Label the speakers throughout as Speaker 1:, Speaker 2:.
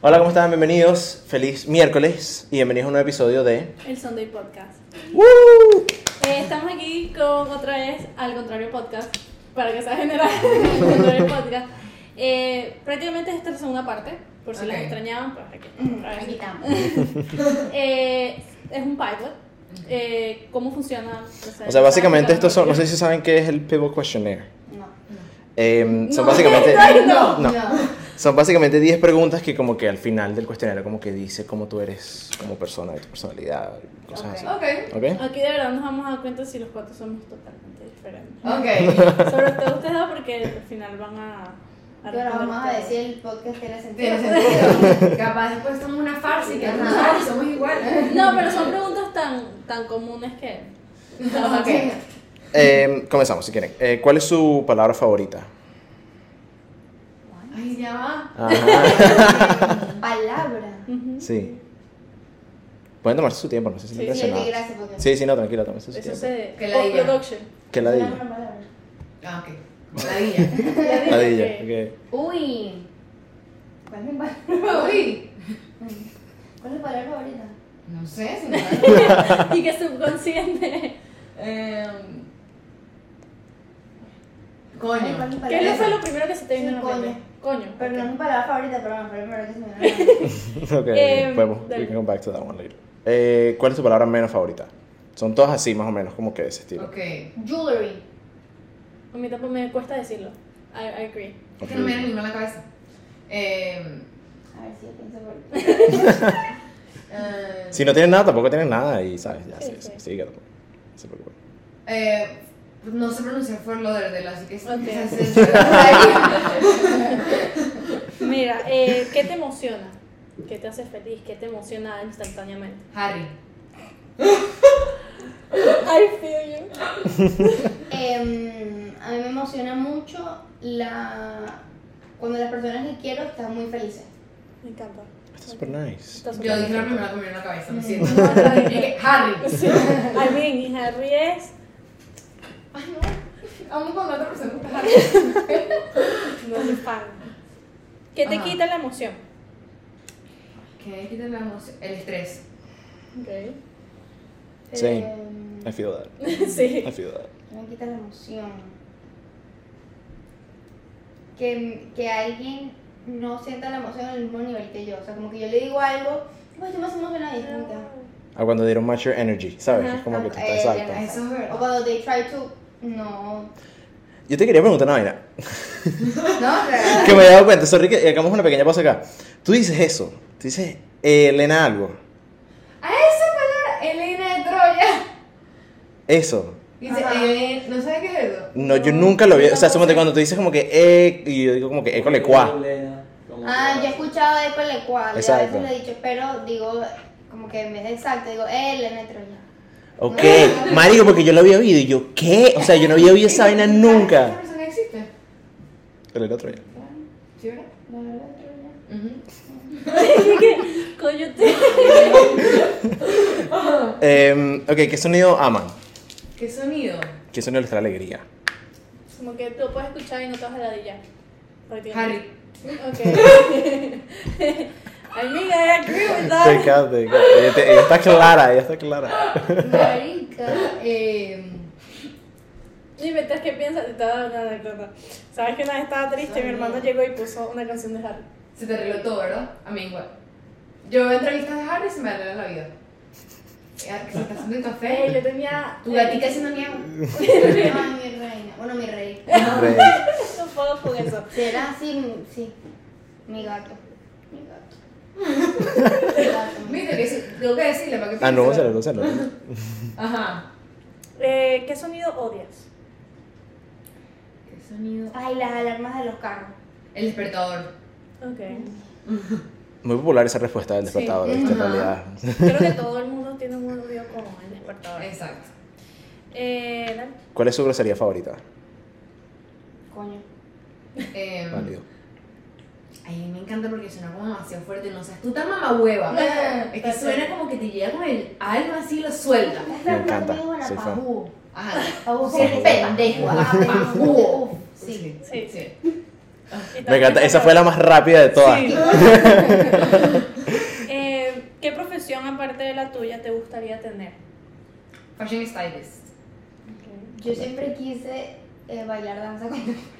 Speaker 1: Hola, ¿cómo están? Bienvenidos. Feliz miércoles y bienvenidos a un nuevo episodio de...
Speaker 2: El Sunday Podcast.
Speaker 1: ¡Woo!
Speaker 2: Eh, estamos aquí con otra vez Al Contrario Podcast, para que sea general. Al Contrario Podcast. Eh, prácticamente esta es la segunda parte, por si
Speaker 3: Ok.
Speaker 2: las extrañaban. Pues aquí, a ver si-
Speaker 3: Aquí estamos.
Speaker 2: Eh, es un pilot. Eh, ¿Cómo funciona?
Speaker 1: O sea, básicamente estos son... No sé si saben qué es el Pivot Questionnaire.
Speaker 3: No.
Speaker 1: Em, son
Speaker 2: No,
Speaker 1: básicamente...
Speaker 2: no.
Speaker 1: No. Son básicamente 10 preguntas que como que al final del cuestionario como que dice cómo tú eres como persona, tu personalidad, cosas
Speaker 3: Ok.
Speaker 1: así. ¿Ok?
Speaker 2: Aquí de verdad nos vamos a dar cuenta si los cuatro somos totalmente diferentes.
Speaker 3: Ok.
Speaker 2: Sobre todo ustedes dos, porque al final van a... a
Speaker 4: Pero
Speaker 2: responder
Speaker 4: vamos a
Speaker 2: todos.
Speaker 4: decir el podcast que le sentido.
Speaker 3: Tiene sentido. Capaz después somos una farsa y que no
Speaker 4: Ajá.
Speaker 3: y somos iguales.
Speaker 2: No, pero son preguntas tan, tan comunes que... Ah,
Speaker 3: Ok.
Speaker 1: Em, comenzamos, si quieren. Eh, ¿Cuál es su palabra favorita?
Speaker 3: Ay, ya va.
Speaker 1: Ajá.
Speaker 4: Palabra.
Speaker 2: Ujú.
Speaker 1: Sí. Pueden tomarse su tiempo, no sé si
Speaker 2: Sí,
Speaker 1: les hace
Speaker 2: sí,
Speaker 4: Sí,
Speaker 1: nada.
Speaker 4: que gracias porque.
Speaker 1: Sí, sí, no, tranquila, tómese su
Speaker 2: Eso
Speaker 1: tiempo.
Speaker 2: se...
Speaker 3: Que la diga.
Speaker 2: Post-production.
Speaker 1: Que la
Speaker 4: Una
Speaker 1: diga.
Speaker 4: palabra.
Speaker 3: Ah, ok. La villa.
Speaker 1: La diga,
Speaker 2: Ok.
Speaker 1: ok.
Speaker 4: Uy. ¿Cuál es mi palabra?
Speaker 3: Uy.
Speaker 4: ¿Cuál es mi palabra favorita?
Speaker 3: No sé si me
Speaker 2: Y que subconsciente.
Speaker 3: eh,
Speaker 4: ¿Cuál es
Speaker 3: Coño.
Speaker 4: mi
Speaker 2: ¿Qué le
Speaker 4: palabra?
Speaker 2: fue lo primero que se te vino
Speaker 4: Sí,
Speaker 2: a la mente? Coño.
Speaker 4: Pero no es
Speaker 2: ok.
Speaker 4: mi palabra favorita, pero bueno, fue la primera que se me vino a la mente.
Speaker 1: Ok,
Speaker 2: Em,
Speaker 1: podemos.
Speaker 2: dale.
Speaker 1: We can go back to that one later. Eh, ¿Cuál es tu palabra menos favorita? Son todas así, más o menos, como que de ese estilo.
Speaker 3: Ok. Es
Speaker 4: Jewelry.
Speaker 2: A mí tampoco me cuesta decirlo. I, I agree.
Speaker 3: que no me viene ninguna a la cabeza. Eh,
Speaker 4: A ver si yo pienso por
Speaker 3: eh,
Speaker 1: Si no tienen nada, tampoco tienen nada y, ¿sabes? Ya,
Speaker 2: Sí,
Speaker 1: sí, sí,
Speaker 2: sí.
Speaker 1: sí, que tampoco. No se preocupen.
Speaker 3: eh, no sé pronunciar Fort Lauderdale, así que
Speaker 2: Ok.
Speaker 3: es es-
Speaker 2: Mira, eh, ¿qué te emociona? ¿Qué te hace feliz? ¿Qué te emociona instantáneamente?
Speaker 3: Harry.
Speaker 2: I feel you.
Speaker 4: Em, A mí me emociona mucho la. Cuando las personas que quiero están muy felices.
Speaker 2: Me encanta.
Speaker 1: Está super nice.
Speaker 2: Está
Speaker 3: Yo
Speaker 2: súper
Speaker 3: dije
Speaker 2: bien.
Speaker 3: la primera que me vino a la cabeza, lo
Speaker 4: Mm.
Speaker 3: siento. Es que Harry.
Speaker 2: Sí. I mean, y Harry es...
Speaker 3: Ay, no. Amo cuando otra persona está Harry.
Speaker 2: No soy fan. ¿Qué te
Speaker 3: Ajá.
Speaker 2: quita la emoción?
Speaker 3: ¿Qué? Aquí tenemos el estrés.
Speaker 2: Ok.
Speaker 1: Sí.
Speaker 4: Em,
Speaker 1: I feel that.
Speaker 2: Sí.
Speaker 1: I feel that.
Speaker 4: Me quita la emoción. Que, que alguien no sienta la emoción al mismo nivel que yo. O sea, como que yo le digo algo, pues yo más emocionada y es como que,
Speaker 1: Ah, cuando dieron match your energy, ¿sabes?
Speaker 2: Ajá.
Speaker 1: Es como que tú
Speaker 4: ah,
Speaker 1: estás
Speaker 4: eh,
Speaker 1: alta.
Speaker 3: Eso es verdad.
Speaker 4: O cuando they try to. No.
Speaker 1: Yo te quería preguntar una vaina.
Speaker 3: No, pero-
Speaker 1: Que me he dado cuenta, sorry que hagamos una pequeña pausa acá. Tú dices eso. Tú dices, eh, Elena algo.
Speaker 3: A esa palabra, Elena de Troya.
Speaker 1: Eso.
Speaker 3: Dice,
Speaker 4: Ajá.
Speaker 3: Elena, ¿no sabes qué es eso?
Speaker 1: No, yo nunca lo había. O sea,
Speaker 2: Tampoco
Speaker 1: suponte
Speaker 2: sé.
Speaker 1: cuando tú dices como que, eh, y yo digo como que, eh, con le cuá.
Speaker 4: Ah, yo he escuchado de cual y cual. y A
Speaker 1: Exacto.
Speaker 4: veces lo he dicho, pero digo, como que en vez de exacto, digo, eh, Elena Troya.
Speaker 1: Ok, marico, porque yo lo había oído y yo, ¿qué? O sea, yo no había oído esa vaina
Speaker 3: ¿Esa
Speaker 1: nunca.
Speaker 3: persona existe?
Speaker 1: El otro día.
Speaker 3: ¿Sí, verdad?
Speaker 4: La verdad,
Speaker 2: Coño,
Speaker 4: Troya.
Speaker 2: te...
Speaker 1: Eh, ok, ¿qué sonido aman?
Speaker 3: ¿Qué sonido?
Speaker 1: ¿Qué sonido les trae alegría?
Speaker 2: Como que tú puedes escuchar y no te vas a ladillar.
Speaker 3: Harry.
Speaker 2: Ok. I mean, I agree with
Speaker 1: Te
Speaker 2: that.
Speaker 1: encanta, te encanta. Ella, te- ella está clara, ella está clara.
Speaker 3: Marica, eh.
Speaker 2: Y mientras que piensas, te voy a dar una anécdota. Sabes que una vez estaba triste, mi hermano llegó y puso una canción de Harry.
Speaker 3: Se te arregló todo, ¿verdad? A mí igual. Yo veo entrevistas de Harry y se me arregla la vida. Ya, Que se está haciendo el
Speaker 2: Eh,
Speaker 3: café.
Speaker 2: yo tenía.
Speaker 3: Tu
Speaker 2: eh,
Speaker 3: gatita haciendo miedo.
Speaker 4: Ay, mi reina. Bueno, mi rey.
Speaker 1: Rey.
Speaker 2: No puedo con eso.
Speaker 4: Será así, sí. Mi gato. Mi gato. Mi gato. mi
Speaker 3: Viste que sí, tengo que decirle para que
Speaker 1: Ah, no,
Speaker 3: piense,
Speaker 1: gózalo,
Speaker 3: ¿verdad?
Speaker 1: gózalo.
Speaker 3: Ajá.
Speaker 2: Eh, ¿Qué sonido odias?
Speaker 3: ¿Qué sonido?
Speaker 4: Ay, las alarmas de los carros.
Speaker 3: El despertador.
Speaker 2: Ok.
Speaker 1: Muy popular esa respuesta del
Speaker 2: Sí.
Speaker 1: despertador, ¿viste? en
Speaker 3: Ajá.
Speaker 1: realidad.
Speaker 2: Creo que todo el mundo tiene un odio con el despertador.
Speaker 3: Exacto.
Speaker 2: Eh, dale.
Speaker 1: ¿Cuál es su grosería favorita?
Speaker 4: Coño.
Speaker 3: Eh,
Speaker 1: Válido.
Speaker 3: Ay, me encanta porque suena como demasiado fuerte, no seas tú tan mamahueva. pues.
Speaker 4: Eh,
Speaker 3: Es que suena como que te llega con el alma así y lo suelta.
Speaker 1: Me encanta, soy fan.
Speaker 4: Uh,
Speaker 3: Ajá.
Speaker 4: Pajú,
Speaker 3: Sí,
Speaker 4: sí, pendejo.
Speaker 3: Pajú.
Speaker 4: Pajú. Uf,
Speaker 3: Sí,
Speaker 4: sí.
Speaker 3: sí, sí.
Speaker 1: Me encanta. Esa fue la más rápida de todas.
Speaker 2: Sí. Eh, ¿Qué profesión aparte de la tuya te gustaría tener?
Speaker 3: Fashion stylist.
Speaker 4: Yo siempre quise eh, bailar danza contemporánea.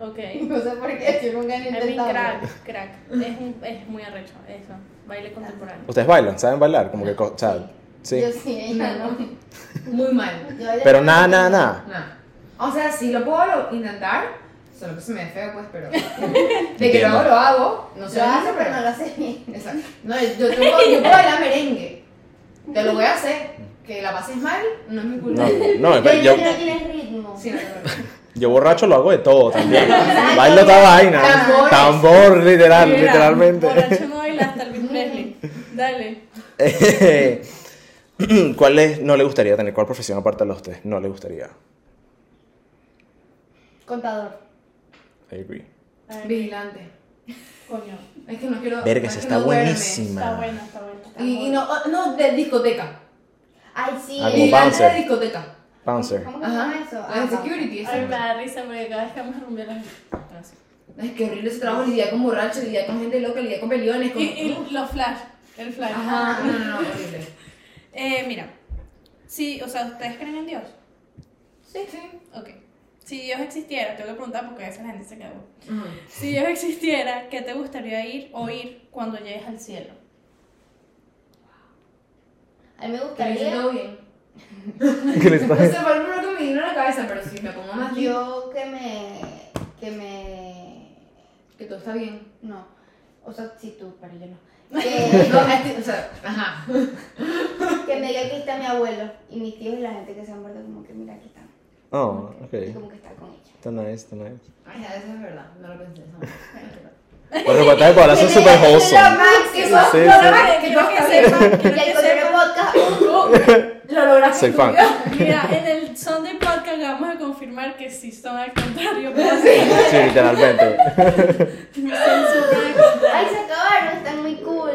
Speaker 2: Ok.
Speaker 4: No sé por qué, yo nunca he
Speaker 2: Emin
Speaker 4: intentado.
Speaker 2: crack, crack. Es, un- es muy arrecho, eso. Baile contemporáneo.
Speaker 1: Ustedes bailan, saben bailar, como que, co- o sea, sí.
Speaker 4: Yo sí, ella no. Yo
Speaker 3: Muy mal.
Speaker 4: bailé
Speaker 1: Pero
Speaker 4: con-
Speaker 1: nada, nada, nada.
Speaker 3: No. O sea, sí lo puedo lo- intentar, solo que se me ve feo, pues, pero. De que lo
Speaker 1: Entiendo.
Speaker 3: hago, lo hago. No sé
Speaker 4: Lo hace,
Speaker 3: hacer,
Speaker 4: pero no lo hace bien.
Speaker 3: Exacto. No, yo, yo tengo- yo puedo bailar merengue. Te lo voy a hacer. Que la pases mal, no es mi culpa.
Speaker 1: No, no,
Speaker 4: Pero
Speaker 1: yo,
Speaker 4: yo... no tiene ritmo.
Speaker 3: Sí, no, no, no.
Speaker 1: yo borracho lo hago de todo también. Bailo toda vaina.
Speaker 3: Tambores.
Speaker 1: Tambor, literal,
Speaker 2: Mira,
Speaker 1: literalmente.
Speaker 2: Borracho no baila hasta el Presley. Dale.
Speaker 1: Eh, ¿Cuál es- no le gustaría tener? ¿Cuál profesión aparte de los tres no le gustaría?
Speaker 4: Contador.
Speaker 1: I agree.
Speaker 2: A ver,
Speaker 3: Vigilante.
Speaker 2: Coño.
Speaker 3: Es que no quiero.
Speaker 1: Verga,
Speaker 3: no, es
Speaker 1: esa
Speaker 3: que
Speaker 1: está
Speaker 3: no duerme.
Speaker 1: buenísima.
Speaker 2: Está bueno, está bueno.
Speaker 3: Y, y no, oh, no, de discoteca.
Speaker 4: Ay, sí.
Speaker 1: Ah, como
Speaker 3: Vigilante
Speaker 1: bouncer.
Speaker 3: de discoteca.
Speaker 1: Bouncer.
Speaker 4: ¿Cómo que se llama
Speaker 3: Ajá.
Speaker 4: eso?
Speaker 3: Ah, security. eso.
Speaker 2: A ver, me da risa porque cada vez que vamos a rumbear la gente.
Speaker 3: Es que horrible ese trabajo, lidiar con borrachos, lidiar con gente loca, lidiar con peliones, con...
Speaker 2: Y, y los flash. El flash.
Speaker 3: Ajá, no, no, no, horrible.
Speaker 2: Eh, mira. Sí, o sea, ¿ustedes creen en Dios?
Speaker 3: Sí, sí.
Speaker 2: Ok. Si Dios existiera, tengo que preguntar porque a veces la gente se quedó. Si Dios existiera, ¿qué te gustaría ir o ir cuando llegues al cielo?
Speaker 4: A mí me
Speaker 3: Que lo hice
Speaker 4: gustaría.
Speaker 3: todo bien.
Speaker 1: ¿Qué le está-
Speaker 3: No sé, fue el primero que me vino a la cabeza, pero si me pongo más yo,
Speaker 4: Yo que me. que me.
Speaker 3: que todo está bien.
Speaker 4: No. O sea, sí tú, pero yo no.
Speaker 3: No,
Speaker 4: Que,
Speaker 3: este, o sea, ajá.
Speaker 4: que me diga que está mi abuelo y mis tíos y la gente que se han muerto, como que mira, aquí están.
Speaker 1: Oh, ok.
Speaker 4: Y como que está con ella.
Speaker 1: Está nice, está nice.
Speaker 3: Ay, ya, eso es verdad, no lo pensé. Eso. es verdad.
Speaker 1: Los reportajes de Coala son
Speaker 4: Que me
Speaker 1: súper
Speaker 4: diga que soy
Speaker 1: wholesome.
Speaker 4: Lo máximo.
Speaker 1: Sí,
Speaker 2: No, no,
Speaker 1: sí.
Speaker 2: vale, quiero que sepan,
Speaker 4: Que
Speaker 2: quiero
Speaker 4: el
Speaker 2: que
Speaker 4: Cotorreo
Speaker 2: sepan.
Speaker 4: podcast. uh,
Speaker 3: Lo lograste.
Speaker 1: Soy
Speaker 3: tú.
Speaker 1: fan.
Speaker 2: Mira, en el Sunday podcast vamos a confirmar que sí son al contrario. pero
Speaker 1: Sí, literalmente.
Speaker 2: sí son súper al contrario.
Speaker 4: Ay, se acabaron, están muy cool.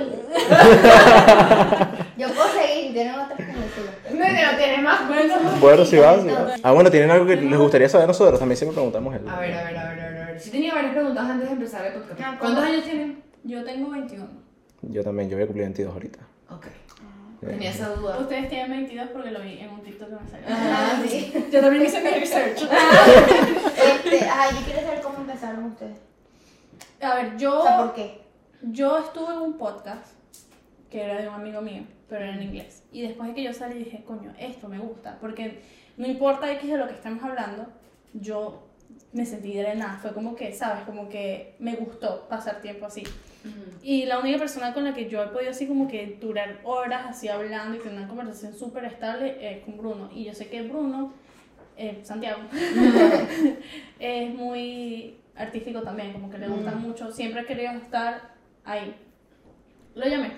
Speaker 4: Yo puedo seguir si tienen otras conocidas.
Speaker 3: No, que no tienes más.
Speaker 2: Bueno,
Speaker 1: Bueno, si vas. si vas. Ah, bueno, ¿tienen algo que les gustaría saber nosotros? También siempre preguntamos eso.
Speaker 3: A ver, a ver, a ver, a ver. a ver. Sí tenía varias preguntas antes de empezar el podcast.
Speaker 4: Ah, ¿cómo?
Speaker 3: ¿Cuántos años tienen?
Speaker 2: yo tengo 21.
Speaker 1: Yo también, yo voy a cumplir 22 ahorita.
Speaker 3: Ok. Tenía esa duda.
Speaker 2: Ustedes tienen 22 porque lo vi en un TikTok que me salió.
Speaker 4: Ah, sí.
Speaker 2: Yo también hice mi research.
Speaker 4: Este, ay, yo quiero saber cómo empezaron ustedes.
Speaker 2: A ver,
Speaker 4: O sea, ¿por
Speaker 2: yo,
Speaker 4: qué?
Speaker 2: yo estuve en un podcast que era de un amigo mío, pero era en inglés. Y después de que yo salí dije, coño, esto me gusta. Porque no importa X de lo que estamos hablando, yo me sentí drenada. Fue como que, ¿sabes? Como que me gustó pasar tiempo así.
Speaker 3: Ujú.
Speaker 2: Y la única persona con la que yo he podido así como que durar horas así hablando y tener una conversación súper estable es con Bruno. Y yo sé que Bruno, eh, Santiago, es muy artístico también, como que le gusta
Speaker 3: Mm.
Speaker 2: mucho, siempre ha querido estar ahí. Lo llamé.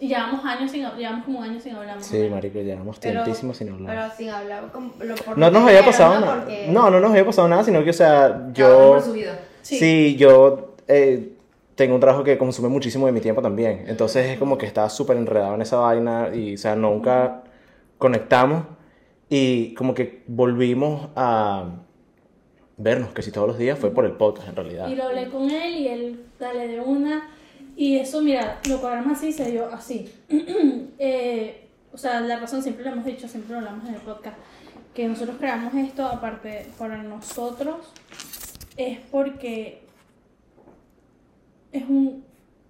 Speaker 2: Y llevamos años sin, llevamos como un año sin hablar. más o
Speaker 1: Sí,
Speaker 2: menos.
Speaker 1: marico, llevamos
Speaker 2: Pero-
Speaker 1: tiempísimo sin hablar.
Speaker 4: Pero sin hablar, como- lo- por
Speaker 1: No
Speaker 4: lo
Speaker 1: nos
Speaker 4: que
Speaker 1: había
Speaker 4: dijeron,
Speaker 1: pasado
Speaker 4: ¿no?
Speaker 1: nada.
Speaker 4: Porque-
Speaker 1: No, no nos había pasado nada, sino que, o sea,
Speaker 3: Cada uno
Speaker 1: yo...
Speaker 3: por su vida.
Speaker 2: Sí.
Speaker 1: Sí, yo eh, tengo un trabajo que consume muchísimo de mi tiempo también. Entonces es como que estaba súper enredado en esa vaina y, o sea, nunca conectamos y como que volvimos a vernos casi todos los días. Fue por el podcast, en realidad.
Speaker 2: Y lo hablé con él y él, dale de una. Y eso, mira, lo cuadramos así y se dio así. Eh, o sea, la razón siempre lo hemos dicho, siempre lo hablamos en el podcast, que nosotros creamos esto, aparte para nosotros, es porque es un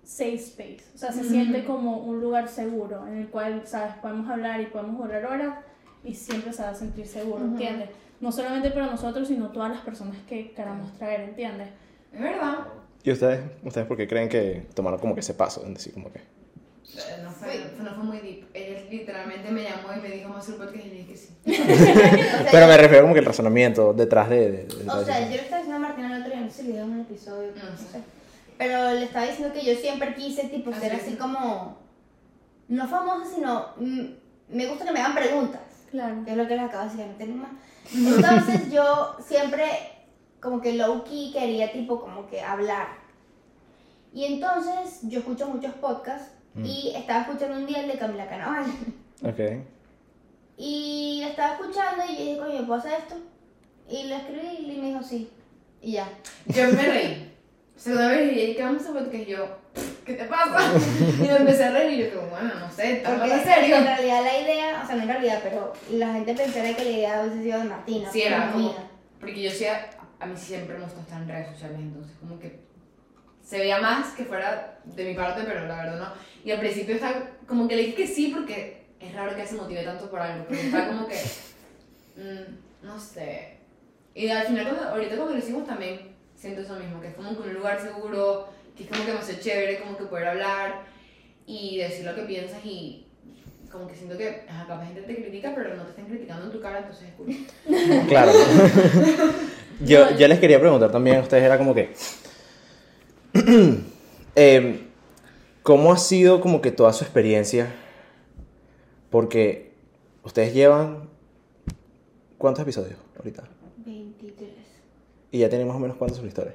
Speaker 2: safe space. O sea, se siente como un lugar seguro en el cual, ¿sabes? Podemos hablar y podemos durar horas y siempre se va a sentir seguro,
Speaker 4: Ujú.
Speaker 2: ¿entiendes? No solamente para nosotros, sino todas las personas que queramos traer, ¿entiendes?
Speaker 3: Es verdad.
Speaker 1: ¿Y ustedes? ¿Ustedes por qué creen que tomaron como que ese paso? En decir, como que...
Speaker 3: Eh, No fue, no fue muy deep. Él literalmente me llamó y me dijo más sobre podcast y le dije que sí.
Speaker 4: O sea,
Speaker 1: Pero me refiero como que el razonamiento detrás de... de- de-
Speaker 4: O sea,
Speaker 1: de-
Speaker 4: yo le estaba diciendo a Martina el otro día, no sé si le dije en un episodio,
Speaker 3: No
Speaker 4: no
Speaker 3: sé.
Speaker 4: sé. Pero le estaba diciendo que yo siempre quise, tipo, ser
Speaker 3: Así.
Speaker 4: así como. No famosa, sino. mm, me gusta que me hagan preguntas.
Speaker 2: Claro.
Speaker 4: Que es lo que les acabo de decir, no tengo más. Entonces yo siempre, como que low key, quería, tipo, como que hablar. Y entonces yo escucho muchos podcasts y estaba escuchando un día el de Camila Canaval.
Speaker 1: Ok.
Speaker 4: Y lo estaba escuchando y yo dije, coño, ¿puedo hacer esto? Y lo escribí y me dijo sí. Y ya.
Speaker 3: Yo me reí. Se lo daba y dije, ¿qué vamos a hacer? Porque yo, ¿qué te pasa? Y me empecé a reír y yo, como, bueno, no sé, ¿estás
Speaker 4: Porque
Speaker 3: hablando en serio?
Speaker 4: en realidad la idea, o sea, no en realidad, pero la gente pensará que la idea hubiese sido de Martina.
Speaker 3: Sí,
Speaker 4: pero
Speaker 3: era
Speaker 4: no
Speaker 3: como-
Speaker 4: mía.
Speaker 3: Porque yo sí, a, a mí siempre me gusta estar en redes sociales, entonces como que se veía más que fuera de mi parte, pero la verdad no. Y al principio estaba como que le dije que sí, porque es raro que se motive tanto por algo, pero estaba como que, mm, no sé. Y al final, cuando- ahorita cuando lo hicimos también siento eso mismo, que es como que un lugar seguro, que es como que me hace chévere, como que poder hablar y decir lo que piensas y... Como que siento que, ajá, capaz gente te critica, pero no te están criticando en tu cara, entonces es cool.
Speaker 1: Claro. yo, yo les quería preguntar también a ustedes, era como que... em, ¿Cómo ha sido como que toda su experiencia? Porque ustedes llevan... ¿Cuántos episodios ahorita?
Speaker 4: 23,
Speaker 1: Y ya tienen más o menos cuántos son historias.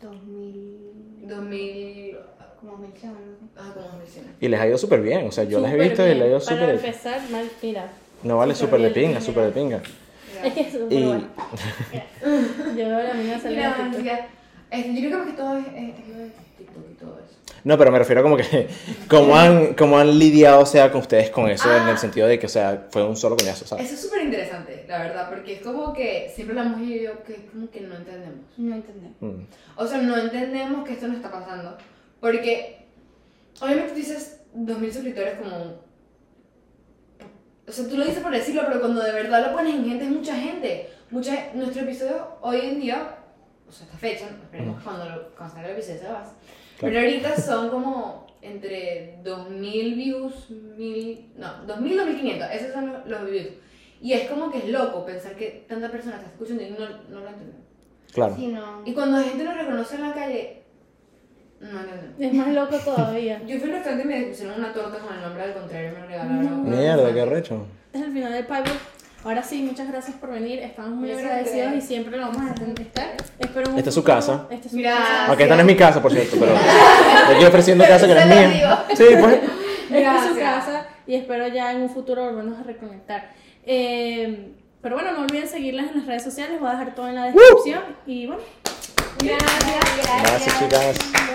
Speaker 4: 2000,
Speaker 3: 2000.
Speaker 4: como 2007, ¿no?
Speaker 3: Ah, como me mencioné.
Speaker 1: Y les ha ido súper bien, o sea, yo las he
Speaker 2: Súper
Speaker 1: visto y
Speaker 2: bien.
Speaker 1: les ha ido
Speaker 2: Para
Speaker 1: súper bien.
Speaker 2: empezar, mal, mira.
Speaker 1: No vale,
Speaker 2: súper
Speaker 1: súper de
Speaker 2: bien,
Speaker 1: pinga, súper de pinga.
Speaker 2: Es que es súper
Speaker 1: Y
Speaker 2: bueno. Yo veo la misma salida.
Speaker 3: Mira,
Speaker 2: de TikTok.
Speaker 3: Andrea, este, yo creo que más que todo es, es, es lo de TikTok y todo eso.
Speaker 1: No, pero me refiero como que cómo han, cómo han lidiado, o sea, con ustedes con eso, en el
Speaker 3: Ah.
Speaker 1: sentido de que, o sea, fue un solo coñazo, ¿sabes?
Speaker 3: Eso es súper interesante, la verdad, porque es como que siempre la mujer y yo que es como que no entendemos.
Speaker 4: No entendemos.
Speaker 1: Mm.
Speaker 3: O sea, no entendemos que esto nos está pasando. Porque, obviamente tú dices 2.000 suscriptores como... O sea, tú lo dices por decirlo, pero cuando de verdad lo pones en gente, es mucha gente. Mucha, nuestro episodio hoy en día, o sea, esta fecha, ¿no? esperemos
Speaker 1: Ujú.
Speaker 3: cuando, lo, cuando salga el episodio se va.
Speaker 1: Claro.
Speaker 3: Pero ahorita son como entre 2.000 views, 1.000... No, 2.000, 2.500. Esos son los, los views. Y es como que es loco pensar que tanta persona está escuchando y no, no lo entendemos.
Speaker 1: Claro.
Speaker 4: Sí, no.
Speaker 3: Y cuando la gente lo reconoce en la calle, no, no, no.
Speaker 2: Es más loco todavía.
Speaker 3: Yo fui a un restaurante y me pusieron una torta con el nombre al contrario y me lo regalaron.
Speaker 1: Mierda, qué recho.
Speaker 2: Este es el final del Pivot. Ahora sí, muchas gracias por venir. Estamos muy
Speaker 3: Gracias a
Speaker 2: agradecidos y
Speaker 3: ustedes.
Speaker 2: siempre lo vamos a contestar. Espero un
Speaker 1: Esta es su
Speaker 2: futuro-
Speaker 1: casa.
Speaker 2: Esta es su
Speaker 3: Mira.
Speaker 2: casa.
Speaker 1: Aunque esta no es mi casa, por cierto, pero yo estoy ofreciendo casa que no es
Speaker 4: Se lo
Speaker 1: mía. Sí, pues.
Speaker 2: Esta es su
Speaker 3: Gracias.
Speaker 2: casa y espero ya en un futuro volvernos a reconectar. Eh, pero bueno, no olviden seguirlas en las redes sociales. Voy a dejar todo en la descripción. Y bueno.
Speaker 3: Gracias.
Speaker 1: Gracias, chicas.